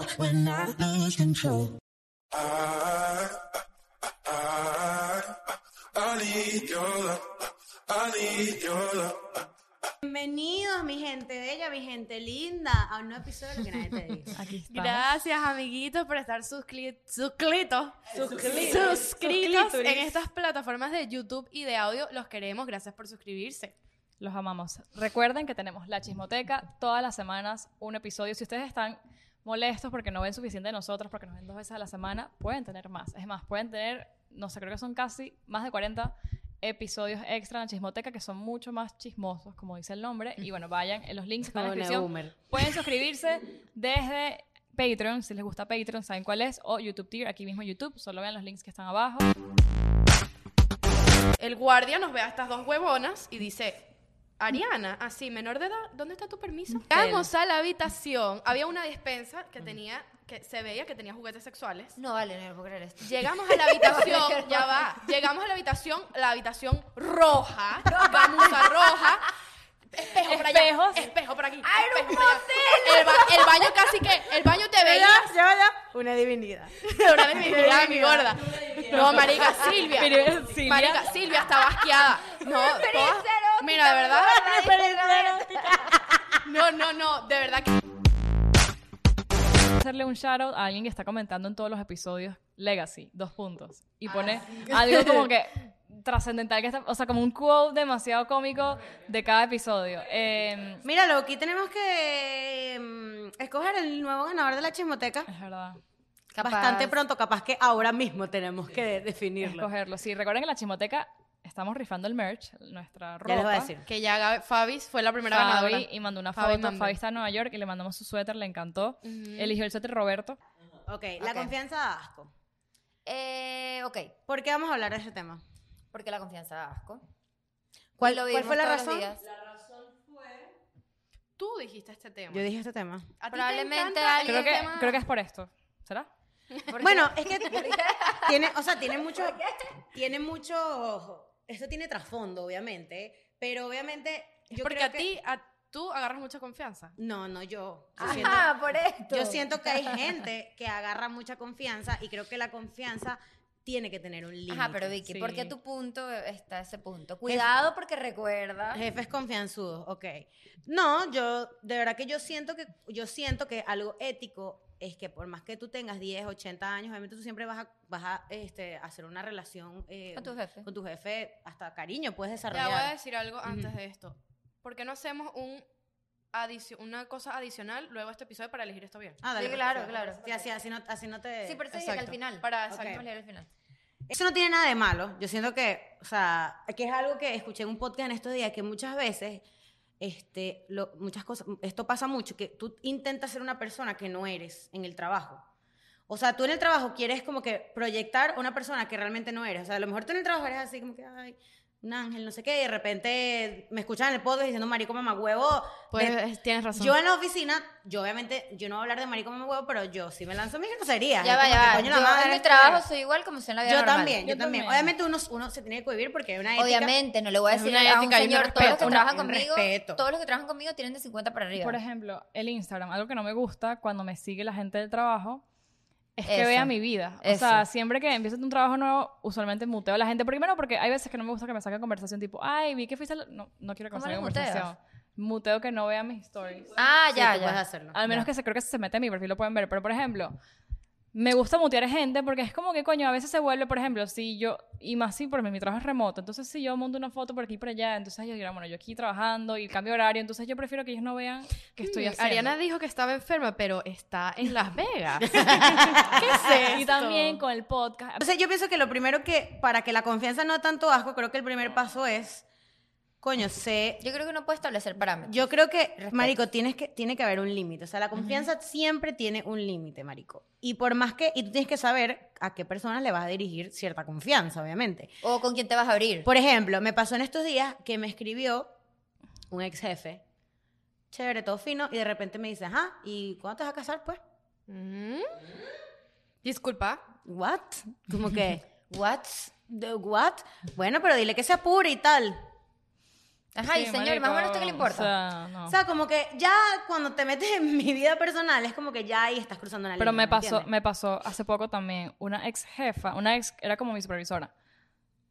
I lose control. I, I, I need your love. I need your love. Bienvenidos, mi gente bella, mi gente linda, a un nuevo episodio de Lo que nadie te dice. Aquí estamos. Gracias, amiguitos, por estar suscli- suscritos. Suscritos. Suscritos Susclítoris. en estas plataformas de YouTube y de audio. Los queremos. Gracias por suscribirse. Los amamos. Recuerden que tenemos la chismoteca todas las semanas, un episodio. Si ustedes están molestos porque no ven suficiente de nosotros, porque nos ven dos veces a la semana, pueden tener más. Es más, pueden tener, no sé, creo que son casi más de 40 episodios extra en la chismoteca que son mucho más chismosos, como dice el nombre. Y bueno, vayan, en los links están en la descripción. Pueden suscribirse desde Patreon, si les gusta Patreon, saben cuál es, o YouTube Tier, aquí mismo YouTube, solo vean los links que están abajo. El guardia nos ve a estas dos huevonas y dice. Ariana, así, menor de edad, ¿dónde está tu permiso? Vamos a la habitación. Había una despensa que tenía, que se veía que tenía juguetes sexuales. Mm. No vale, no puedo creer esto. Llegamos a la habitación, ya va. Llegamos a la habitación, la habitación roja, gamuza roja. Espejo para allá, Espejos. espejo para aquí. espejo para allá. El, ba- el baño casi que, el baño te veía Una divinidad. una vez mi mirada, mi gorda. No, marica, Silvia. Pero, Silvia. Marica, Silvia está basqueada. No, todas- mira, de verdad. No, no, no, de verdad que hacerle un shout out a alguien que está comentando en todos los episodios Legacy, dos puntos. Y pone Ah, algo como que trascendental, que está, o sea, como un quote demasiado cómico de cada episodio. Eh, Míralo, aquí tenemos que mm, escoger el nuevo ganador de la chismoteca. es verdad. Capaz. Bastante pronto, capaz que ahora mismo tenemos que de- definirlo. Escogerlo. Sí, recuerden que en la chimoteca estamos rifando el merch, nuestra ropa. Ya les voy a decir. que ya Gabe- Fabis fue la primera Fabi, ganadora. y mandó una Fabi foto. mandó. Fabi está en Nueva York y le mandamos su suéter, le encantó. Eligió el suéter Roberto. Ok, la Ok. confianza da asco. Eh, ok, ¿Por qué vamos a hablar de ese tema? porque la confianza da asco. ¿Cuál, Y lo cuál vivimos fue la todos razón? los días. Tú dijiste este tema. Yo dije este tema. A ti te Probablemente encanta alguien- Creo el que, tema- creo que es por esto. ¿Será? Bueno, es que tiene, o sea, tiene mucho, tiene mucho, esto tiene trasfondo, obviamente, pero obviamente yo Porque creo a que- ti, a, tú agarras mucha confianza. no, no yo, yo siento, Ajá, por esto. yo siento que hay gente que agarra mucha confianza y creo que la confianza tiene que tener un límite. Ajá, pero Vicky, ¿por qué Sí. tu punto está ese punto? Cuidado porque recuerda. Jefes confianzudos, ok. No, yo, de verdad que yo siento que, yo siento que algo ético es que por más que tú tengas 10, 80 años, obviamente tú siempre vas a, vas a este, hacer una relación eh, Con tu jefe. con tu jefe, hasta cariño puedes Te voy a desarrollar. decir algo antes de esto. ¿Por qué no hacemos un adici- una cosa adicional luego de este episodio para elegir esto bien? Ah, Sí, pues, claro, sí, claro. Sí, así, así, no, así no te... Sí, por eso dije que al Exacto. final. Para- Lo exacto. podemos leer al final. Eso no tiene nada de malo. Yo siento que, o sea, que es algo que escuché en un podcast en estos días, que muchas veces, este, lo- muchas cosas, esto pasa mucho, que tú intentas ser una persona que no eres en el trabajo. O sea, tú en el trabajo quieres como que proyectar una persona que realmente no eres. O sea, a lo mejor tú en el trabajo eres así como que, ay, un ángel, no sé qué, y de repente me escuchan en el podcast diciendo marico, mamá, huevo. de- Pues tienes yo en la oficina, yo obviamente, yo no voy a hablar de marico, mamá, huevo, pero yo sí me lanzo mis groserías. Ya Es va, como ya que, va. coño, la Yo madre, en mi este- trabajo soy igual como soy en la vida yo normal. también, yo, Yo también. también. Obviamente uno, uno se tiene que cohibir porque hay una ética. Obviamente, no le voy a Es decir una a un ética y un señor, todos los respeto, que una- trabajan un conmigo, respeto. todos los que trabajan conmigo tienen de 50 para arriba. Por ejemplo, el Instagram, algo que no me gusta cuando me sigue la gente del trabajo es que Eso. vea mi vida. O Eso. sea, siempre que empiezo un trabajo nuevo, usualmente muteo a la gente. Primero porque hay veces que no me gusta que me saquen conversación tipo, ay, vi que fuiste... al-". No, no quiero que me ¿Cómo saquen lo muteas? conversación. Muteo que no vea mis stories. ah, Sí, ya, tú ya. puedes hacerlo. Al menos que se creo que si se mete en mi perfil lo pueden ver. Pero, por ejemplo, me gusta mutear a gente porque es como que, coño, a veces se vuelve, por ejemplo, si yo, y más si por mí, mi trabajo es remoto, entonces si yo monto una foto por aquí y por allá, entonces ellos dirán, bueno, yo aquí trabajando y cambio horario, entonces yo prefiero que ellos no vean que estoy Mm, haciendo. Ariana dijo que estaba enferma, pero está en Las Vegas. ¿Qué es Y esto? también con el podcast. Entonces yo pienso que lo primero que, para que la confianza no tanto asco, creo que el primer paso es, coño, sé... Yo creo que uno puede establecer parámetros. Yo creo que, marico, tienes que, tiene que haber un límite. O sea, la confianza siempre tiene un límite, marico. Y por más que... Y tú tienes que saber a qué personas le vas a dirigir cierta confianza, obviamente. O con quién te vas a abrir. Por ejemplo, me pasó en estos días que me escribió un ex jefe, chévere, todo fino, y de repente me dice, ajá, ¿y cuándo te vas a casar, pues? Mm. Disculpa. ¿What? Como que... What? ¿De what? Bueno, pero dile que se apure y tal. Ajá, y Sí, señor, más o menos, ¿a marico, ¿usted qué le importa? O sea, no. O sea, como que ya cuando te metes en mi vida personal, es como que ya ahí estás cruzando una Pero línea. me pasó, entiendes? me pasó hace poco también una ex jefa, una ex, era como mi supervisora.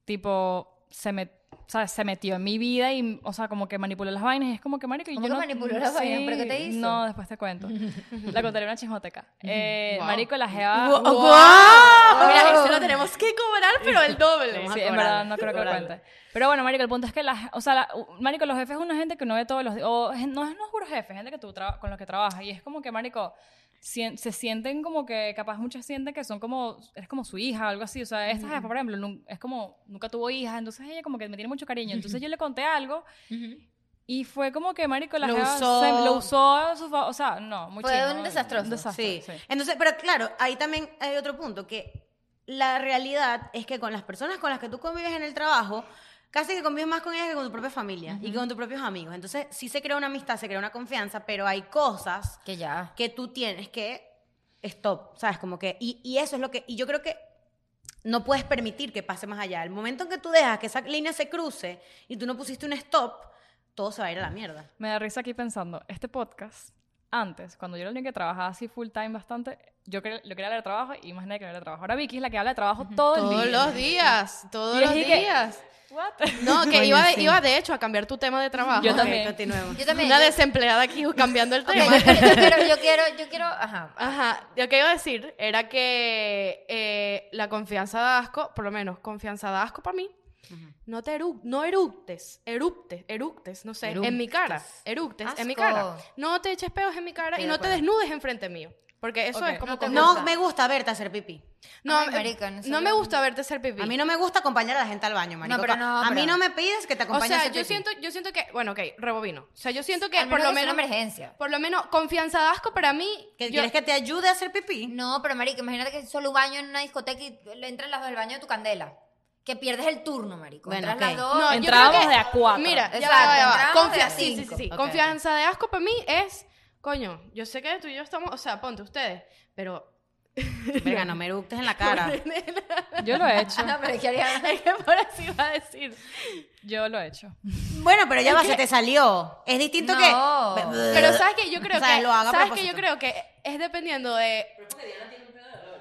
Tipo, se me, ¿sabes? se metió en mi vida y, o sea, como que manipuló las vainas. Y es como que, marico, ¿Cómo yo que no- manipuló las vainas? ¿Pero qué te hizo? No, después te cuento. La contaré en una chismoteca. Eh, Wow. Marico, la jeva... Wow. Ah. Mira, eso lo tenemos que cobrar, pero el doble. Vamos a Sí, en cobrar, verdad no creo que lo cobrarlo. cuente. Pero bueno, marico, el punto es que las, o sea, la- u- marico, los jefes es una gente que uno ve todos los días, o gen- no, no juro jefes, gente que tú traba- con los que trabajas y es como que marico sien- se sienten como que capaz muchas sienten que son como eres como su hija o algo así, o sea, esta jefa, por ejemplo, nun- es como nunca tuvo hija, entonces ella como que me tiene mucho cariño, entonces yo le conté algo y fue como que marico la Lo jeva se- usó. lo usó a su fa- o sea, no, muy Fue chimbo, un desastroso. un desastre, Sí. sí. Entonces, pero claro, ahí también hay otro punto, que la realidad es que con las personas con las que tú convives en el trabajo, casi que convives más con ellas que con tu propia familia y que con tus propios amigos. Entonces, sí se crea una amistad, se crea una confianza, pero hay cosas Que ya. que tú tienes que stop, ¿sabes? Como que, y, y eso es lo que, y yo creo que no puedes permitir que pase más allá. El momento en que tú dejas que esa línea se cruce y tú no pusiste un stop, todo se va a ir a la mierda. Me da risa aquí pensando, este podcast, antes, cuando yo era la única que trabajaba así full time bastante, yo, quer- yo quería hablar de trabajo y más nadie quería hablar de trabajo. Ahora Vicky es la que habla de trabajo todo el Todos día. los días, todos Y es los y que- días. What? No, que iba, Buenísimo. iba de hecho a cambiar tu tema de trabajo. Yo Ok, también. continuemos. Yo también. Una yo- desempleada aquí cambiando el ok, tema. yo, quiero, yo quiero, yo quiero, yo quiero- ajá. Ajá, lo que iba a decir era que eh, la confianza da asco, por lo menos confianza da asco para mí, no te eru no eructes, eruptes, eructes, no sé, en mi cara, eructes, en mi cara. Asco. No te eches peos en mi cara Estoy y de no te acuerdo. desnudes enfrente mío, porque eso Ok. es como No te confianza. No me gusta verte hacer pipí. no, Ay, eh, marica, no sé no me lo- gusta verte hacer pipí. A mí no me gusta acompañar a la gente al baño, marico. No, pero no, a mí pero- no me pides que te o acompañe a sea, hacer yo pipí. siento, yo siento que, bueno, ok, rebobino. O sea, yo siento que Al por lo que sea menos, una emergencia. por lo menos confianza da asco para mí. ¿Que yo- ¿Quieres que te ayude a hacer pipí? No, pero marico, imagínate que solo un baño en una discoteca y le entran las dos del baño de tu candela. Que pierdes el turno, marico. Bueno, Entras ok. las dos. No, yo creo Entrábamos que- de a cuatro. Mira, ya Exacto, va, ya va. entrábamos de a Confia- sí, sí, sí, cinco. sí. Ok, Confianza de asco para mí es, coño, yo sé que tú y yo estamos, o sea, ponte ustedes, pero Verga, no me eructes en la cara. Yo lo he hecho. Ah, no, pero es que Ariana- es que por así va a decir. Yo lo he hecho. bueno, pero ya va, se te salió. Es distinto No. que... Pero sabes que yo creo Eh, O sea, que lo haga a sabes que yo propósito. creo que es dependiendo de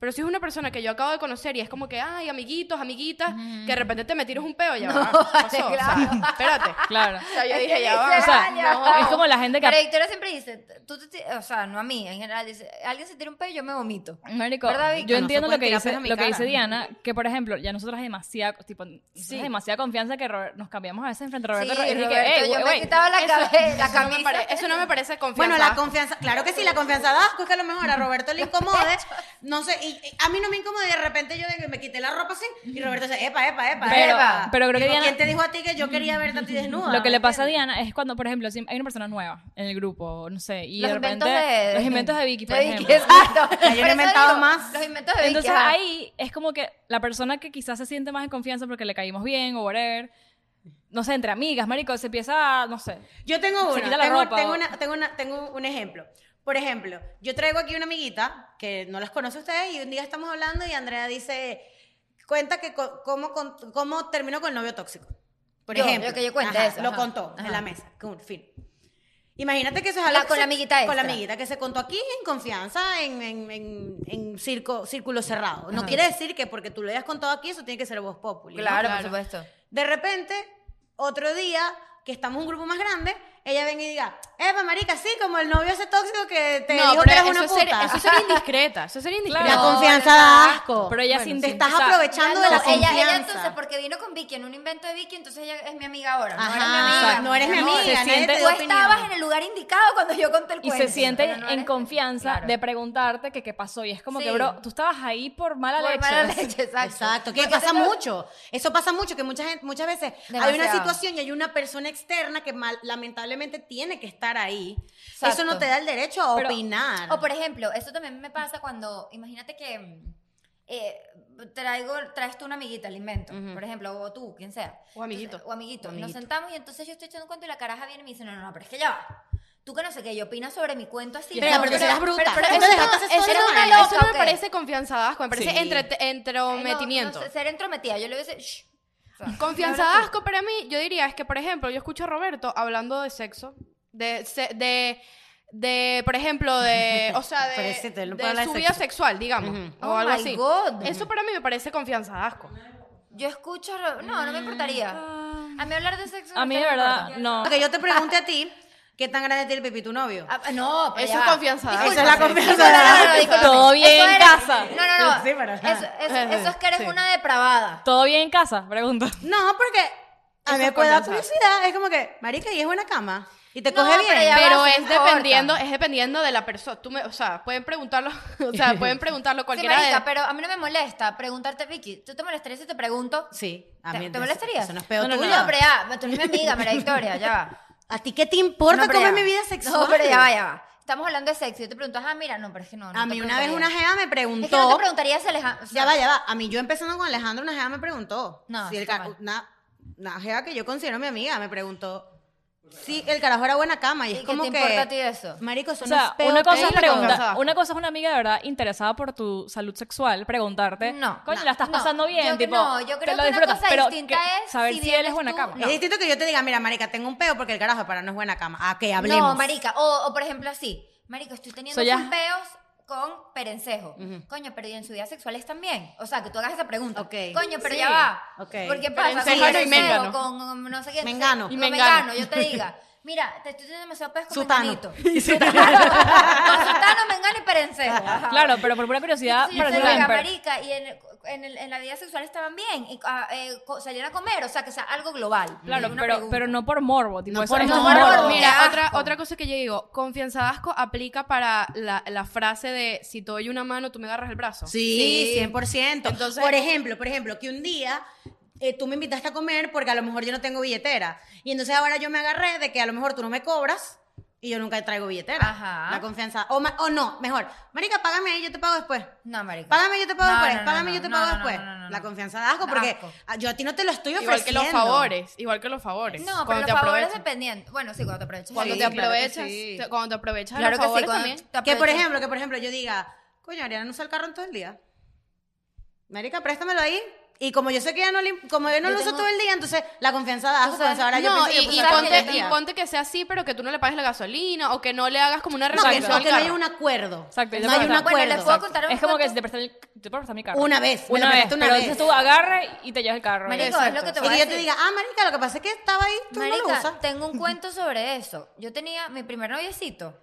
Pero si es una persona que yo acabo de conocer y es como que, ay, amiguitos, amiguitas, que de repente te me tiras un peo, ya va, ¿qué pasó? O sea, claro. espérate. Claro. O sea, yo Es dije, que ya va. literal, O sea, ya no. va. Es como la gente que... Pero Victoria siempre dice, tú te ti- o sea, no a mí, en general, dice, alguien se tira un pedo y yo me vomito. Marico, ¿Verdad, Vicky? yo No se entiendo lo pueden que, tirar dice, pedos en mi lo que cara. dice Diana, que por ejemplo, ya nosotras demasiada, tipo, nosotras demasiada confianza que Robert- nos cambiamos a veces enfrente de Roberto. Sí, y dije, Roberto, "Ey, yo güey, me güey". quitaba la, cabe- la Eso no, me camisa. pare- eso no me parece confianza. Bueno, la confianza, claro que sí, la confianza da asco, es que a lo mejor a Roberto le incomode, no sé, y, y a mí no me incomoda y de repente yo de que me quité la ropa así y Roberto dice, epa, epa, epa, Pero- epa. pero creo que Digo, Diana- ¿Quién te dijo a ti que yo quería verte a ti desnuda? Lo que le pasa a Diana es cuando, por ejemplo, si hay una persona nueva en el grupo, no sé, y los de repente inventos de... los inventos de Vicky, por de ejemplo. exacto. Ya yo no he Por eso inventado digo, más. Los inventos de Vicky. Entonces ajá. ahí es como que la persona que quizás se siente más en confianza porque le caímos bien o whatever, no sé, entre amigas, marico, se empieza, a- no sé. Yo tengo Se una, quita la tengo, ropa tengo o- una, tengo una- tengo un ejemplo. Por ejemplo, yo traigo aquí una amiguita que no las conoce ustedes y un día estamos hablando y Andrea dice, cuenta que co- cómo, con- cómo terminó con el novio tóxico. Por Yo, ejemplo. yo que yo cuente Ajá, eso, Lo ajá, contó ajá. en la mesa, con fin. Imagínate que eso es La- algo que con se- la amiguita Con la extra. amiguita que se contó aquí en confianza, en, en, en, en circo, círculo cerrado. No Ajá. quiere decir que porque tú lo hayas contado aquí, eso tiene que ser voz popular. Claro, por supuesto. De repente, otro día, que estamos un grupo más grande, ella venga y diga, Eva, marica, sí, como el novio ese tóxico que te dijo que eres eso una es ser- puta. eso sería indiscreta. Eso sería indiscreta. la No, confianza ¿verdad? da asco. Ah, Pero ella sin- te sin- estás o sea, aprovechando de Ya la no, confianza. Ella, ella entonces, porque vino con Vicky en un invento de Vicky, entonces ella es mi amiga ahora. No eres mi Ajá, amiga. no eres mi amor. amiga, se nadie siente- te Tú dio estabas en opinión. el lugar indicado cuando yo conté el Y cuento. se siente Pero no en eres- confianza Claro. de preguntarte que qué pasó. Y es como que, Sí. bro, tú estabas ahí por mala Por leche. mala leche, exacto. Exacto, que Porque pasa tengo- mucho. Eso pasa mucho, que mucha gente, muchas veces hay una Demasiado. situación y hay una persona externa que mal- lamentablemente tiene que estar ahí. Eso Exacto. no te da el derecho a Pero- opinar. O por ejemplo, eso también me pasa cuando, imagínate que mm, eh, traigo, traes tú una amiguita al invento, por ejemplo, o tú, quien sea. O amiguito. Entonces, o amiguito. O amiguito. Nos sentamos y entonces yo estoy echando un cuento y la caraja viene y me dice, no, no, no, pero es que ya va. tú que no sé qué, y opinas sobre mi cuento así. Pero, porque serás bruta. Entonces, eso, no, dejaste ser eso sola, no me- hermana, eso no ok. me parece confianza asco, me parece Sí. entre- Eh, no, no, entrometimiento. ser entrometida, yo le hubiese... shh. O sea, Confianza asco para mí, yo diría es que, por ejemplo, yo escucho a Roberto hablando de sexo, de, se- de, de por ejemplo, de, o sea, de, Pobrecito, él no de puede hablar de su sexo. vida sexual, digamos, Ujú. o Oh algo my así. God. Eso para mí me parece confianza asco. Yo escucho... No, no me importaría. A mí hablar de sexo... A no mí sé, de no me verdad, importa. no. Que yo te pregunte a ti, ¿qué tan grande tiene el pipí tu novio? Ah, ah, no, pero Eso ya es va. confianza. Disculpa, Esa es la sí, confianza. sí, no, no, no, disculpa. Todo bien Eso en eres- casa. No, no, no. Sí, pero ajá. Eso, eso- eso es que eres una depravada. ¿Todo bien en casa? Pregunto. No, porque a mí Eso me puede dar compensa. curiosidad. Es como que, marica, y es buena cama. Y te No, coge pero bien. ya Pero va, es no importa. dependiendo, es dependiendo de la persona. Tú me, o sea, pueden preguntarlo, o sea, pueden preguntarlo Sí, cualquiera marica, de- pero a mí no me molesta preguntarte, Vicky, ¿tú te molestarías si te pregunto? Sí, a ¿Te- mí. ¿Te entonces, molestarías? Eso no es peor no, no, tuyo. no, pero ya, tú eres mi amiga, María Victoria, ya va. ¿A ti qué te importa No, pero cómo ya es va. mi vida sexual? No, pero ya va, ya va. Estamos hablando de sexo. Yo te pregunto, ah, mira, no, pero es que no. no A te mí una vez preguntaría. una jeva me preguntó. Es que no te preguntaría si Alejandro. Ya va, ya va. A mí yo empezando con Alejandro, una jeva me preguntó. No, si el está ca- mal. una, una jeva que yo considero mi amiga me preguntó si el carajo era buena cama. Y, es qué como te que. importa a ti eso? Marico, eso O no es sea, peor una cosa, ahí es la pregunta- confianza baja. una cosa es una amiga de verdad interesada por tu salud sexual, preguntarte, No, coño, no, la estás no. pasando bien, Yo que tipo, no, yo te creo lo que una disfrutas, cosa pero distinta que- es saber si si él es vienes buena tú- cama. No. Es distinto que yo te diga, mira, marica, tengo un peo porque el carajo para no es buena cama. Ah, que hablemos. No, marica. O, o, por ejemplo así. Marica, estoy teniendo Soy ya- full peos con perencejo. Coño, pero ¿y en su vida sexuales también? O sea, que tú hagas esa pregunta. Ok. Coño, pero Sí. ya va. Ok. Porque pasa con Perencejo y perencejo, Mengano. con um, no sé qué. Mengano. con Y mengano. Mengano. Yo te diga, mira, te estoy teniendo demasiado peos con Sutano. Menganito. Con Sutano, Mengano y perencejo. Ajá. Claro, pero por pura curiosidad, Sí, para yo tú te diga, ver. marica, y en, en el- en la vida sexual estaban bien, y, ah, eh, co- salían a comer, o sea, que sea algo global. Claro, Una pero, pregunta. pero no por morbo, tipo, No eso por es No, un morbo. morbo. Qué mira, asco. otra, otra cosa que yo digo, confianza asco aplica para la, la frase de si te doy una mano, tú me agarras el brazo. Sí, Sí. 100%. Entonces- por ejemplo, por ejemplo, que un día eh, tú me invitaste a comer porque a lo mejor yo no tengo billetera. Y entonces ahora yo me agarré de que a lo mejor tú no me cobras y yo nunca traigo billetera. Ajá. La confianza. O, ma- o no, mejor. Marica, págame ahí, yo te pago después. No, marica. Págame, yo te pago No, después. no, no, págame, no, yo te no, pago no, no, después. no, no, no. La confianza da asco porque Asco. ah, yo a ti no te lo estoy Igual que ofreciendo. los favores, igual que los favores. No, pero cuando los te favores aprovechan. dependiendo. Bueno, sí, cuando te aprovechas. Cuando sí, te claro que aprovechas, sí. te- cuando te aprovechas de Claro los que sí, favores cuando también. te Que por aprovechas. ejemplo, que por ejemplo yo diga, coño, Ariana no usa el carro en todo el día. Marica, préstamelo ahí. Y como yo sé que ella no, le- como yo no Yo lo uso tengo- todo el día, entonces la confianza da asco. sabes- entonces ahora yo pienso no, que y, puedo y usar el ponte, carro y todo el ponte que sea así, pero que tú no le pagues la gasolina o que no le hagas como una día. No, que retención no, al que no carro. haya un acuerdo. Exacto, no ya hay un está. acuerdo. Bueno, les puedo contar un Es como que cuento? si te prestan, el- te puedo prestar mi carro. Una vez, me Una lo vez, prestaste una pero vez. entonces tú agarre y te llevas el carro. Marico, es lo Exacto. que te Y voy a que yo te decir. diga, ah, marica, lo que pasa es que estaba ahí, tú no lo usas. Marica, tengo un cuento sobre eso. Yo tenía mi primer noviecito.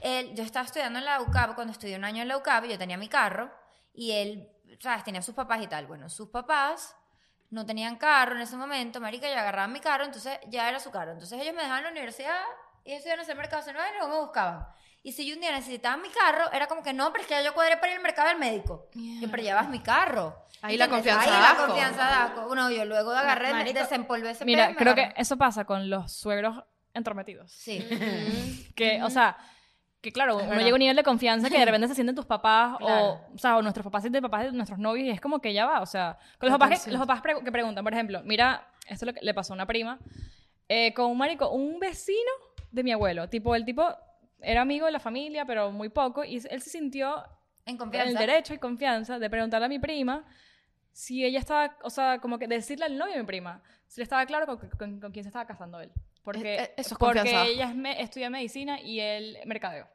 él, yo estaba estudiando en la UCAP, cuando estudié un año en la UCAP, yo tenía mi carro y él, ¿sabes? Tenía sus papás y tal. Bueno, sus papás no tenían carro en ese momento, marica, yo agarraba mi carro, entonces ya era su carro. Entonces ellos me dejaban en la universidad y ellos iban a hacer mercado de y luego me buscaban. Y si yo un día necesitaba mi carro, era como que no, pero es que ya yo cuadré para ir al mercado del médico. Yo, pero llevas mi carro. Ahí la Entonces, confianza Ahí da la asco. confianza da asco. Bueno, yo luego agarré, me Marico, desempolvé ese Mira, pez, me creo que agarré- eso pasa con los suegros entrometidos. Sí. Que, o sea, que claro, uno verdad. llega a un nivel de confianza que de repente se sienten tus papás Claro. o, o sea, o nuestros papás sienten papás de nuestros novios y es como que ya va, o sea, con los papás, que, los papás pre- que preguntan, por ejemplo, mira, esto es lo que le pasó a una prima, eh, con un marico, un vecino de mi abuelo, tipo, el tipo era amigo de la familia, pero muy poco, y él se sintió En el confianza. derecho y confianza de preguntarle a mi prima si ella estaba, o sea, como que decirle al novio de mi prima, si le estaba claro con, con- con quién se estaba casando él. Porque, Eh, eh, eso es porque confianza. ella es me- estudia medicina y él mercadeo.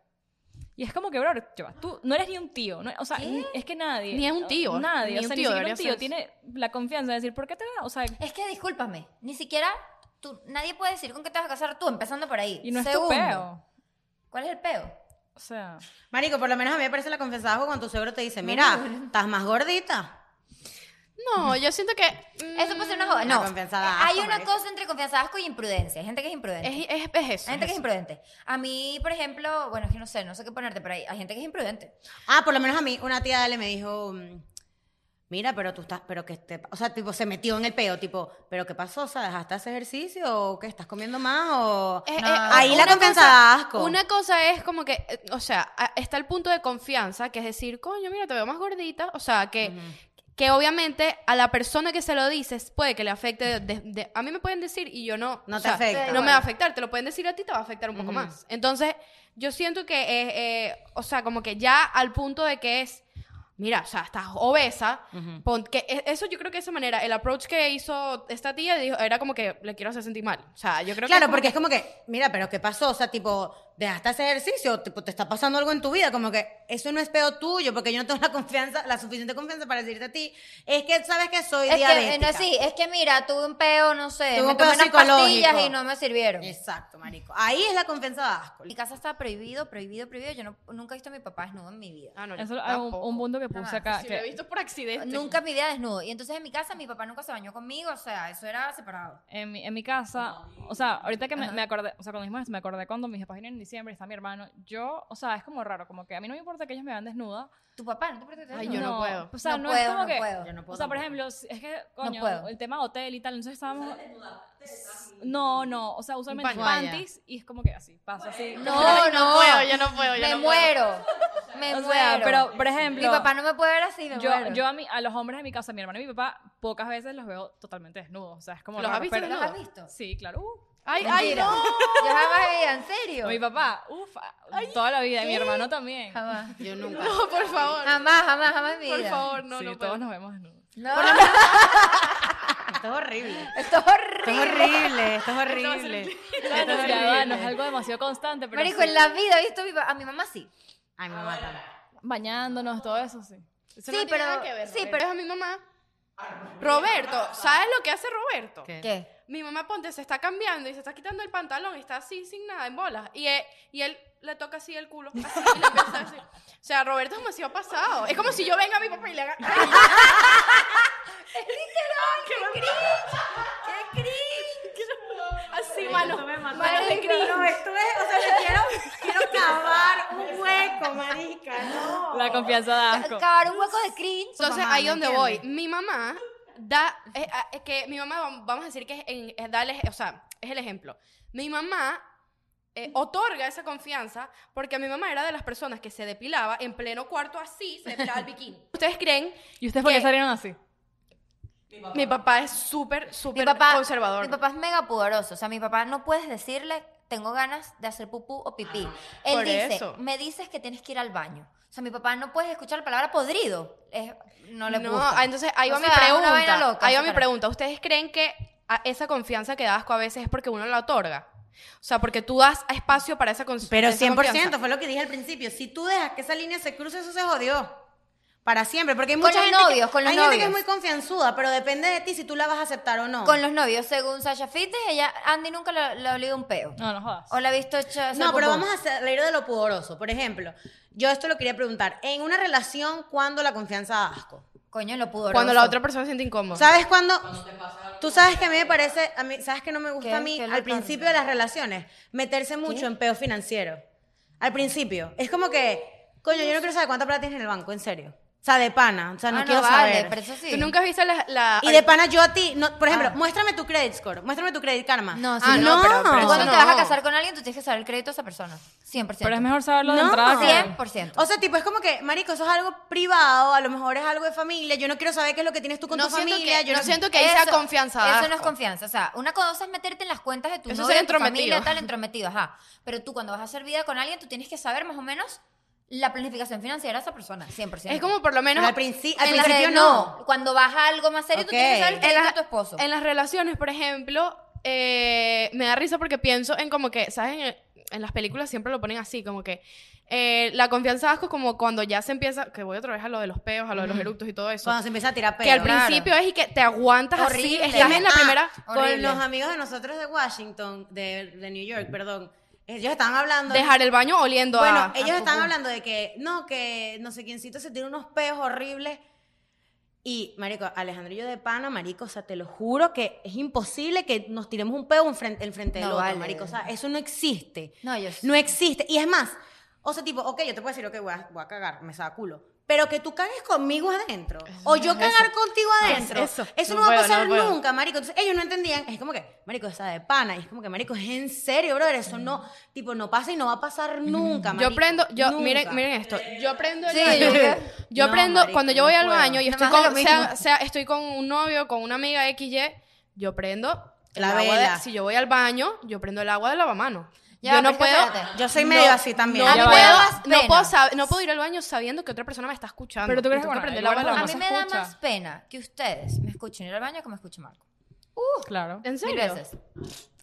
Y es como que, bro, ya va, tú no eres ni un tío. no- o sea, ni- es que nadie. Ni es un tío, Nadie. ni o un sea, tío ni siquiera debería un tío ser. tiene la confianza de decir, ¿por qué te va? O sea, Es que discúlpame, ni siquiera tú, nadie puede decir con qué te vas a casar tú, empezando por ahí. y no es tu Segundo, peo. ¿Cuál es el peo? O sea, Marico, por lo menos a mí me parece la confianza de asco cuando tu suegro te dice, mira, estás más gordita. No, yo siento que... mm, Eso puede ser una joda. La No, eh, confianza da hay asco, una marica. cosa entre confianza asco y imprudencia. Hay gente que es imprudente. es, es, es eso. hay gente es que es eso. imprudente. A mí, por ejemplo, bueno, es que no sé, no sé qué ponerte, pero hay, hay gente que es imprudente. Ah, por lo menos a mí, una tía de Ale me dijo, mm, mira, pero tú estás, pero que te, o sea, tipo, se metió en el peo, tipo, pero qué pasó, o sea, dejaste ese ejercicio, o que estás comiendo más, o... Eh, eh, Ahí la una confianza cosa- da asco. Una cosa es como que, eh, o sea, a- está el punto de confianza, que es decir, coño, mira, te veo más gordita. O sea, que, que obviamente a la persona que se lo dices puede que le afecte. de- de- de- a mí me pueden decir y yo no. No o te sea, afecta. No me va a afectar, te lo pueden decir a ti, te va a afectar un poco más. Entonces, yo siento que, eh, eh, o sea, como que ya al punto de que es, mira, o sea, estás obesa. pon- que e- eso yo creo que de esa manera, el approach que hizo esta tía dijo, era como que le quiero hacer sentir mal. O sea, yo creo Claro, que. porque es como que, mira, pero ¿qué pasó? O sea, tipo, dejaste ese ejercicio, tipo, te está pasando algo en tu vida, como que eso no es pedo tuyo, porque yo no tengo la confianza, la suficiente confianza para decirte a ti, es que sabes que soy Es que, eh, diabética. no, sí, es que mira, tuve un peo, no sé, Tuve me un peo tomé unas pastillas psicológico. y no me sirvieron. Exacto, marico. Ahí es la confianza de asco. En Mi casa estaba prohibido, prohibido, prohibido. Yo no- nunca he visto a mi papá desnudo en mi vida. Ah, no, yo Eso es un, tampoco. un punto que Jamás. puse acá. Si Ah, que- lo he visto por accidente. Eh, Nunca mi idea desnudo. Y entonces en mi casa mi papá nunca se bañó conmigo, o sea, eso era separado. en mi, en mi casa, o sea, ahorita que me, me acordé, o sea, cuando dijimos eso, me acordé cuando mis papás vinieron en diciembre y está mi hermano, yo, o sea, es como raro, como que a mí no me importa que ellos me vean desnuda. Tu papá, ¿no te parece que Ay, desnudo? yo no puedo. O sea, No no, es puedo, como no que, puedo. Yo no puedo o sea, por tampoco. ejemplo, si- es que, coño, puedo. el tema hotel y tal, entonces estábamos... No, no, o sea, usualmente paño. panties y es como que así, pasa así. No, Ay, no, puedo, yo no puedo, yo me no puedo. muero. Me O muero. sea, pero, por ejemplo, Mi papá no me puede ver así, me yo, muero. yo a, mi- a los hombres de mi casa, mi hermano y mi papá, pocas veces los veo totalmente desnudos. O sea, es como. ¿Los has raro, visto pero- desnudos? ¿Los has visto? Sí, claro. Uh, Ay, ay, Mentira. no. Yo jamás veía, en serio. mi papá, uff, toda la vida. Y mi hermano también. Jamás. Yo nunca. No, por favor. Jamás, jamás, jamás en mi vida. Por favor, no, sí, no puedo. todos nos vemos desnudos. No, Esto es horrible. esto es horrible. Esto es horrible, esto es horrible. Claro, Esto es o sea, horrible. no es algo demasiado constante, pero. Marico, sí, en la vida he visto a mi, pa- a mi mamá sí. Ay, me matan. Bañándonos, todo eso sí. Eso Sí, no tiene pero- nada que ver, sí, Roberto. pero- es a mi mamá. Roberto, ¿sabes lo que hace Roberto? ¿Qué? ¿Qué? Mi mamá Ponte se está cambiando y se está quitando el pantalón y está así sin nada, en bolas. Y él, y él le toca así el culo. Así, y le empieza así. O sea, Roberto es demasiado pasado. Es como si yo venga a mi papá y le haga. ¡Ay! ¡Qué cringe! Así, mano. Esto me mató. Mano de cringe. No, esto es, o sea, le quiero, quiero cavar un hueco, marica, no. La confianza Ah, da asco. Acabar un hueco de cringe. Entonces, mamá, ahí ¿me donde voy. entiendes? Mi mamá da. Es, es que mi mamá, vam- vamos a decir que es, en- es darle- o sea, es el ejemplo. Mi mamá eh, otorga esa confianza porque mi mamá era de las personas que se depilaba en pleno cuarto así, se depilaba el bikini. ¿Ustedes creen? ¿Y ustedes por qué ¿Qué? salieron así? Mi papá es súper, Mi súper papá, conservador. mi papá es mega pudoroso. O sea, mi papá no puedes decirle, tengo ganas de hacer pupú o pipí. Él Ah, por dice, eso. me dices que tienes que ir al baño. O sea, mi papá no puedes escuchar la palabra podrido. Es- no le No, gusta. ah, entonces ahí O va mi sea, es una pregunta. vaina loca, ahí va esa mi cara. pregunta. ¿Ustedes creen que a- esa confianza que da asco a veces es porque uno la otorga? O sea, porque tú das espacio para esa, cons- Pero esa 100%, confianza. fue lo que dije al principio. Si tú dejas que esa línea se cruce, eso se jodió. Para siempre. Porque hay Con mucha los gente. que- novios, con los hay gente que es novios. muy confianzuda, pero depende de ti si tú la vas a aceptar o no. Con los novios, según Sasha Fitness, ella, Andy nunca le le ha olido un peo. No, no jodas. O la ha visto hecha hacer no, pero pupú. vamos a salir de lo pudoroso. Por ejemplo, yo esto lo quería preguntar. En una relación, ¿cuándo la confianza da asco? Coño, lo pudo. Cuando la otra persona se siente incómoda. ¿Sabes cuándo? Tú sabes que a mí me parece, a mí, ¿sabes que no me gusta ¿Qué? a mí ¿Qué le al principio de las relaciones? Meterse mucho en peo financiero. Al principio. Es como que, coño, yo no quiero saber cuánta plata tienes en el banco, en serio. O sea, de pana. O sea, no, Ah, no, quiero vale, saber. pero eso sí. ¿Tú nunca has visto la... la- Y de pana yo a ti, no, por ejemplo, muéstrame tu credit score, muéstrame tu credit karma. No, sí, Ah, pero- no, pero- pero Tú Cuando eso te vas a no. casar con alguien, tú tienes que saber el crédito de esa persona. 100%. Pero es mejor saberlo de No. entrada. que- 100%. O sea, tipo, es como que, marico, eso es algo privado, a lo mejor es algo de familia, yo no quiero saber qué es lo que tienes tú con No tu siento familia. que- yo no siento que ahí sea confianza, Eso asco. no es confianza. O sea, una cosa es meterte en las cuentas de tu Eso es novio, ser de tu familia, entrometido. tal, entrometido, ajá. Pero tú cuando vas a hacer vida con alguien, tú tienes que saber más o menos la planificación financiera de esa persona, 100%. Es como por lo menos... Pero al, princi- al El principio cre- no. Cuando vas a algo más serio, Ok. tú tienes que saber el en, crédito las- de tu esposo. en las relaciones, por ejemplo, eh, me da risa porque pienso en como que, ¿sabes? En, en las películas siempre lo ponen así, como que eh, la confianza de asco como cuando ya se empieza, que voy otra vez a lo de los peos, a lo de los eructos y todo eso. Cuando se empieza a tirar peo. que al claro. principio es y que te aguantas Horrible. así, estás en la Ah, primera... Con horrible. los amigos de nosotros de Washington, de, de New York, perdón. Ellos estaban hablando. Dejar el baño oliendo bueno, ah, a... ellos a estaban popó. hablando de que, no, que no sé quiéncito se tiene unos peos horribles. Y, marico, Alejandro y yo de pana, marico, o sea, te lo juro que es imposible que nos tiremos un peo enfrente, enfrente del No, otro, vale. marico. O sea, eso no existe. No, yo No existe. Y es más, o sea, tipo, ok, yo te puedo decir, ok, voy a, voy a cagar, me saca culo. Pero que tú cagues conmigo adentro. o yo cagar contigo adentro. es Ah, eso. eso. No no, va puedo, a no pasar puedo. nunca, marico. Entonces ellos no entendían. Es como que, marico, está de pana. Y es como que, marico, es en serio, brother. Eso no, tipo, no pasa y no va a pasar nunca, marico. Yo prendo, yo, Nunca. miren, miren esto. Yo prendo el Sí, baño. yo- Yo No, prendo, marico, cuando no yo voy al puedo. baño y estoy Además de con, lo sea, mismo. sea, estoy con un novio, con una amiga XY, yo prendo el La agua de- vela. si yo voy al baño, yo prendo el agua del lavamanos. Ya, yo pero no es que puedo. espérate. Yo soy medio así también. No A mí me puedo, da más no, pena. puedo sab- no puedo ir al baño sabiendo que otra persona me está escuchando. Pero tú crees que, Y tengo bueno, prender el igual agua del no A lavamanos. mí se me da escucha. más pena que ustedes me escuchen ir al baño que me escuche Marco. Claro. ¿En Mil serio? veces.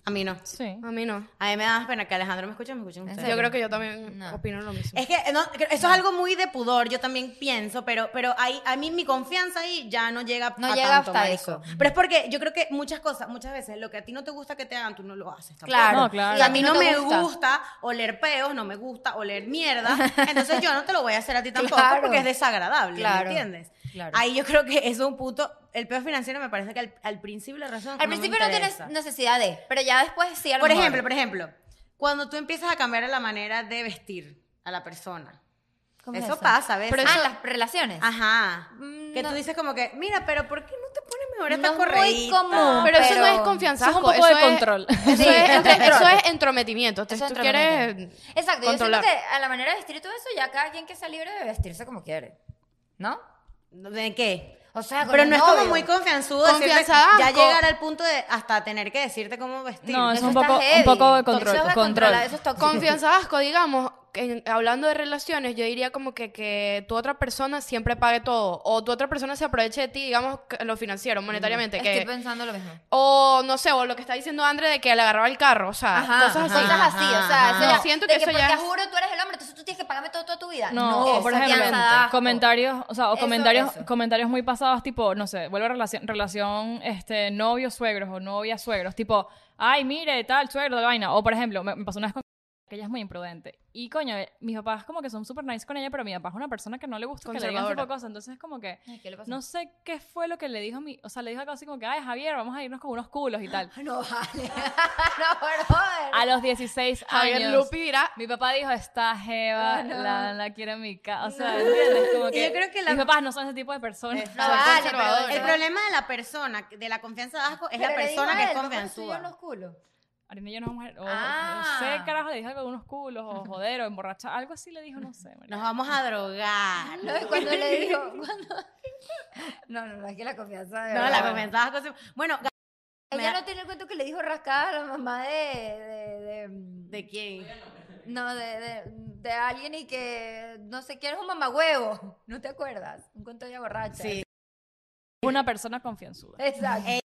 A mí no. Sí. A mí no. A mí me da más pena que Alejandro me escuche, me escuchen ¿En ustedes. Yo serio? creo que yo también No. opino lo mismo. Es que no, que eso es algo muy de pudor, yo también pienso, pero, pero ahí, a mí mi confianza ahí ya no llega No a llega tanto, hasta marico. eso. Pero es porque yo creo que muchas cosas, muchas veces, lo que a ti no te gusta que te hagan, tú no lo haces tampoco. Claro. No, claro. Y a mí no, te me gusta. oler peos, no me gusta oler mierda, entonces yo no te lo voy a hacer a ti tampoco Claro. porque es desagradable, Claro. ¿me entiendes? Claro. Ahí yo creo que eso es un punto, el peo financiero me parece que al, al principio la razón Al principio no tienes necesidad de, pero ya después sí a lo Por mejor. ejemplo, por ejemplo, cuando tú empiezas a cambiar la manera de vestir a la persona, ¿Cómo es eso, pasa a veces. Pero ah, las relaciones. Ajá. Mm, Que no. tú dices como que, mira, pero ¿por qué no te pones mejor No esta es muy correíta? común. Pero, eso no pero- es confianza. Eso es un poco de control. Eso, Sí, es, es entre- control. eso es entrometimiento. Entonces Eso tú entra quieres. en el- Exacto, controlar. yo siento que a la manera de vestir y todo eso, ya cada quien que sea libre de vestirse como quiere. ¿No? ¿De qué? O sea, con Pero un no es como novio. muy confianzudo decirte- Confianza, ya asco. llegar al punto de hasta tener que decirte cómo vestir. No, es Eso un está poco, un heavy. poco de Eso control. es de control. controlar, Eso es tóxico. Confianza asco, digamos, en- hablando de relaciones, yo diría como que, que tu otra persona siempre pague todo. O tu otra persona se aproveche de ti, digamos, que- lo financiero, monetariamente. Estoy que, pensando lo mismo. o no sé, o lo que está diciendo André de que le agarraba el carro. O sea, Ajá, cosas así. o sea, ajá, eso ajá. ya- Siento de que eso ya porque es- juro tú eres el hombre, entonces tú tienes que pagarme todo, toda tu vida. No, o por eso ejemplo, ya da asco. comentarios, o sea, o Eso, comentarios, eso. comentarios muy pasados, tipo, no sé, vuelvo a relación, relación este, novio-suegros o novia-suegros, tipo, ay, mire, tal, suegro, tal vaina. O por ejemplo, me, me pasó una vez con que ella es muy imprudente. Y coño, eh, mis papás como que son super nice con ella, pero mi papá es una persona que no le gusta que le digan tipo de Conservadora. cosas. Entonces, como que, Ay, ¿qué le pasó? no sé qué fue lo que le dijo mi, o sea, le dijo algo así como que, ay, Javier, vamos a irnos con unos culos y tal. No vale. no, brother. A los 16 Javier años. Lupi dirá, Mi papá dijo, está jeva, la, la quiero en mi casa. O sea, ¿entiendes? Como Y que yo creo que la- mis papás no son ese tipo de personas. No Soy vale, conservadora. pero- El problema de la persona, de la confianza de asco, es pero la le digo persona a que él, es ¿cómo le subió confianzuda. los culos? Arimeño no es mujer. O, Ah. No sé, carajo, le dijo algo de unos culos, o joder, o emborracha. Algo así le dijo, no sé. marica. Nos vamos a drogar. No, y cuando le dijo, cuando... No, no, no, es que la confianza de No, verdad. la confianza de asco. se- Bueno, ga- Ella no tiene el cuento que le dijo rascada a la mamá de... de, de- mm, ¿de quién? no, de, de, de alguien y que no sé quién es un mamagüevo. ¿No te acuerdas? Un cuento ya borracha. Sí. Una persona confianzuda. Exacto. Eh,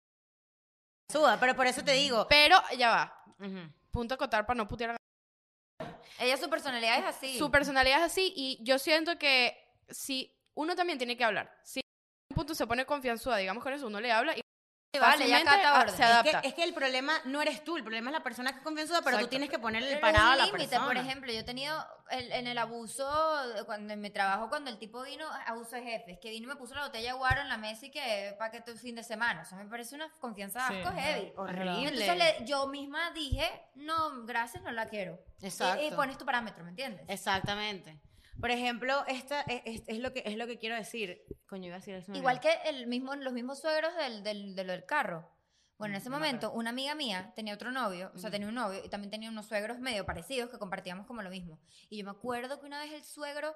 Suda, pero por eso te digo. pero ya va. Ujú. Punto a acotar para no putear a la- Ella su personalidad es así. Su personalidad es así y yo siento que si uno también tiene que hablar. Si en un punto se pone confianzuda, digamos con eso, uno le habla y vale, ya fácilmente acata ah, orden. se Es adapta. Es que, es que el problema no eres tú, el problema es la persona que es confianzuda, pero tú Exacto. tienes que ponerle el Pero es parado a un la límite, persona. Por ejemplo, yo he tenido el- en el abuso, de cuando en mi trabajo, cuando el tipo vino, abuso de jefes, que vino y me puso la botella de guaro en la mesa y que para que tu fin de semana. O sea, me parece una confianza de Sí, asco heavy. horrible. Entonces le- yo misma dije, no, gracias, no la quiero. Y- Y, Exacto. pones tu parámetro, ¿me entiendes? Exactamente. Por ejemplo, esta es, es- es lo que es lo que quiero decir. Coño, iba a decir eso. Igual que el mismo, los mismos suegros del, del, de lo del carro. Bueno, en Mm, ese no me acuerdo. momento, una amiga mía tenía otro novio, o sea, tenía un novio y también tenía unos suegros medio parecidos que compartíamos como lo mismo. Y yo me acuerdo que una vez el suegro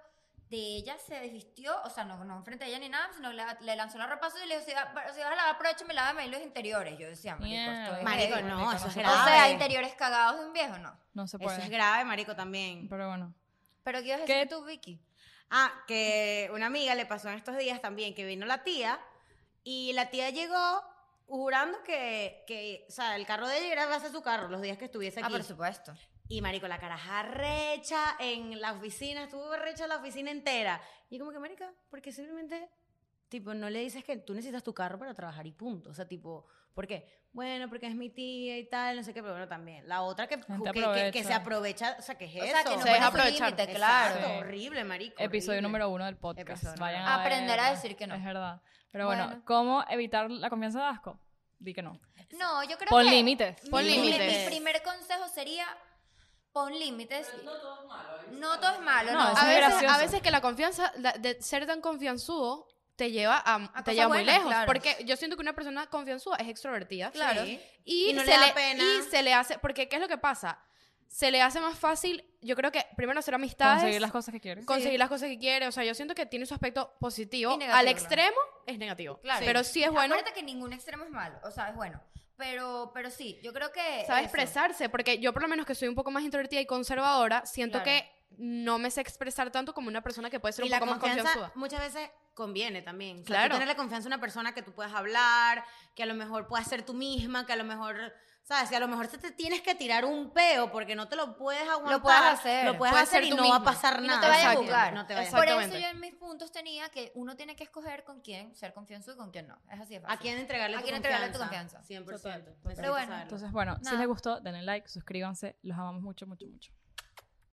de ella se desvistió, o sea, no, no frente a ella ni nada, sino le, le lanzó la ropa sucia y le dijo, si vas si vas a lavar, aprovechame y lávame ahí los interiores. Yo decía, marico, esto Mierda. es Marico, heavy". no, eso es O grave. sea, interiores cagados de un viejo, no. No se Eso es puede. grave, marico, también. Pero bueno. Pero ¿qué ibas a ¿Qué? decir tú, Vicky? Ah, que una amiga le pasó en estos días también que vino la tía y la tía llegó jurando que, que o sea, el carro de ella era base su carro los días que estuviese Ah, aquí. por supuesto. Y marico, la caraja recha en la oficina, estuvo recha la oficina entera. Y como que, marica, porque simplemente, tipo, no le dices que tú necesitas tu carro para trabajar y punto. O sea, tipo, ¿por qué? Bueno, porque es mi tía y tal, no sé qué, pero bueno, también. La otra que, que, que- Gente que aprovecha. se aprovecha, o sea, que es O sea, eso. que no Se deja pones un aprovechar. límite, Exacto, claro. Sí. horrible, marico. Episodio número uno del podcast. Episodio Vayan número a uno. Aprender a verlo. decir que no. Es verdad. Pero bueno, Bueno. ¿cómo evitar la confianza de asco? Di que no. No, yo creo Pon que... límites. Pon mi, mi- límites. Mi primer consejo sería pon límites. No todo es malo. ¿eh? No, No, eso a, es veces, gracioso. a veces que la confianza, la- de ser tan confianzudo, te lleva, a, A te cosas lleva muy buenas, lejos. claro. Porque yo siento que una persona confianzuda es extrovertida. Claro. Sí. Y, Y no se le da le, pena. y se le hace, porque ¿qué es lo que pasa? Se le hace más fácil, yo creo que primero hacer amistades, Conseguir las cosas que quieres. conseguir las cosas que quiere, o sea, yo siento que tiene su aspecto positivo, Y negativo, al ¿no? extremo es negativo, Claro. pero sí es bueno Acuérdate que ningún extremo es malo, o sea, es bueno. Pero, pero sí, yo creo que. saber eso. expresarse, porque yo por lo menos que soy un poco más introvertida y conservadora, siento Claro. que no me sé expresar tanto como una persona que puede ser Y un la poco más confianza confianzuda. muchas veces conviene también. O sea, tú Claro. tenerle confianza a una persona que tú puedas hablar, que a lo mejor puedas ser tú misma, que a lo mejor, ¿sabes? Si a lo mejor te, te tienes que tirar un peo porque no te lo puedes aguantar. puedas hacer. Lo puedes Puedes hacer ser y tú no va a misma. pasar Y nada. no te vayas a Exacto. juzgar. No te vayas a Por juzgar. eso Exactamente. yo en mis puntos tenía que uno tiene que escoger con quién ser confianzudo y con quién no. Es así de ¿A fácil. quién entregarle ¿A tu quién confianza? entregarle tu confianza? 100%. Total, total. Necesito Pero bueno, saberlo. Entonces, bueno, si Nada. les gustó, denle like, suscríbanse. Los amamos mucho, mucho, mucho.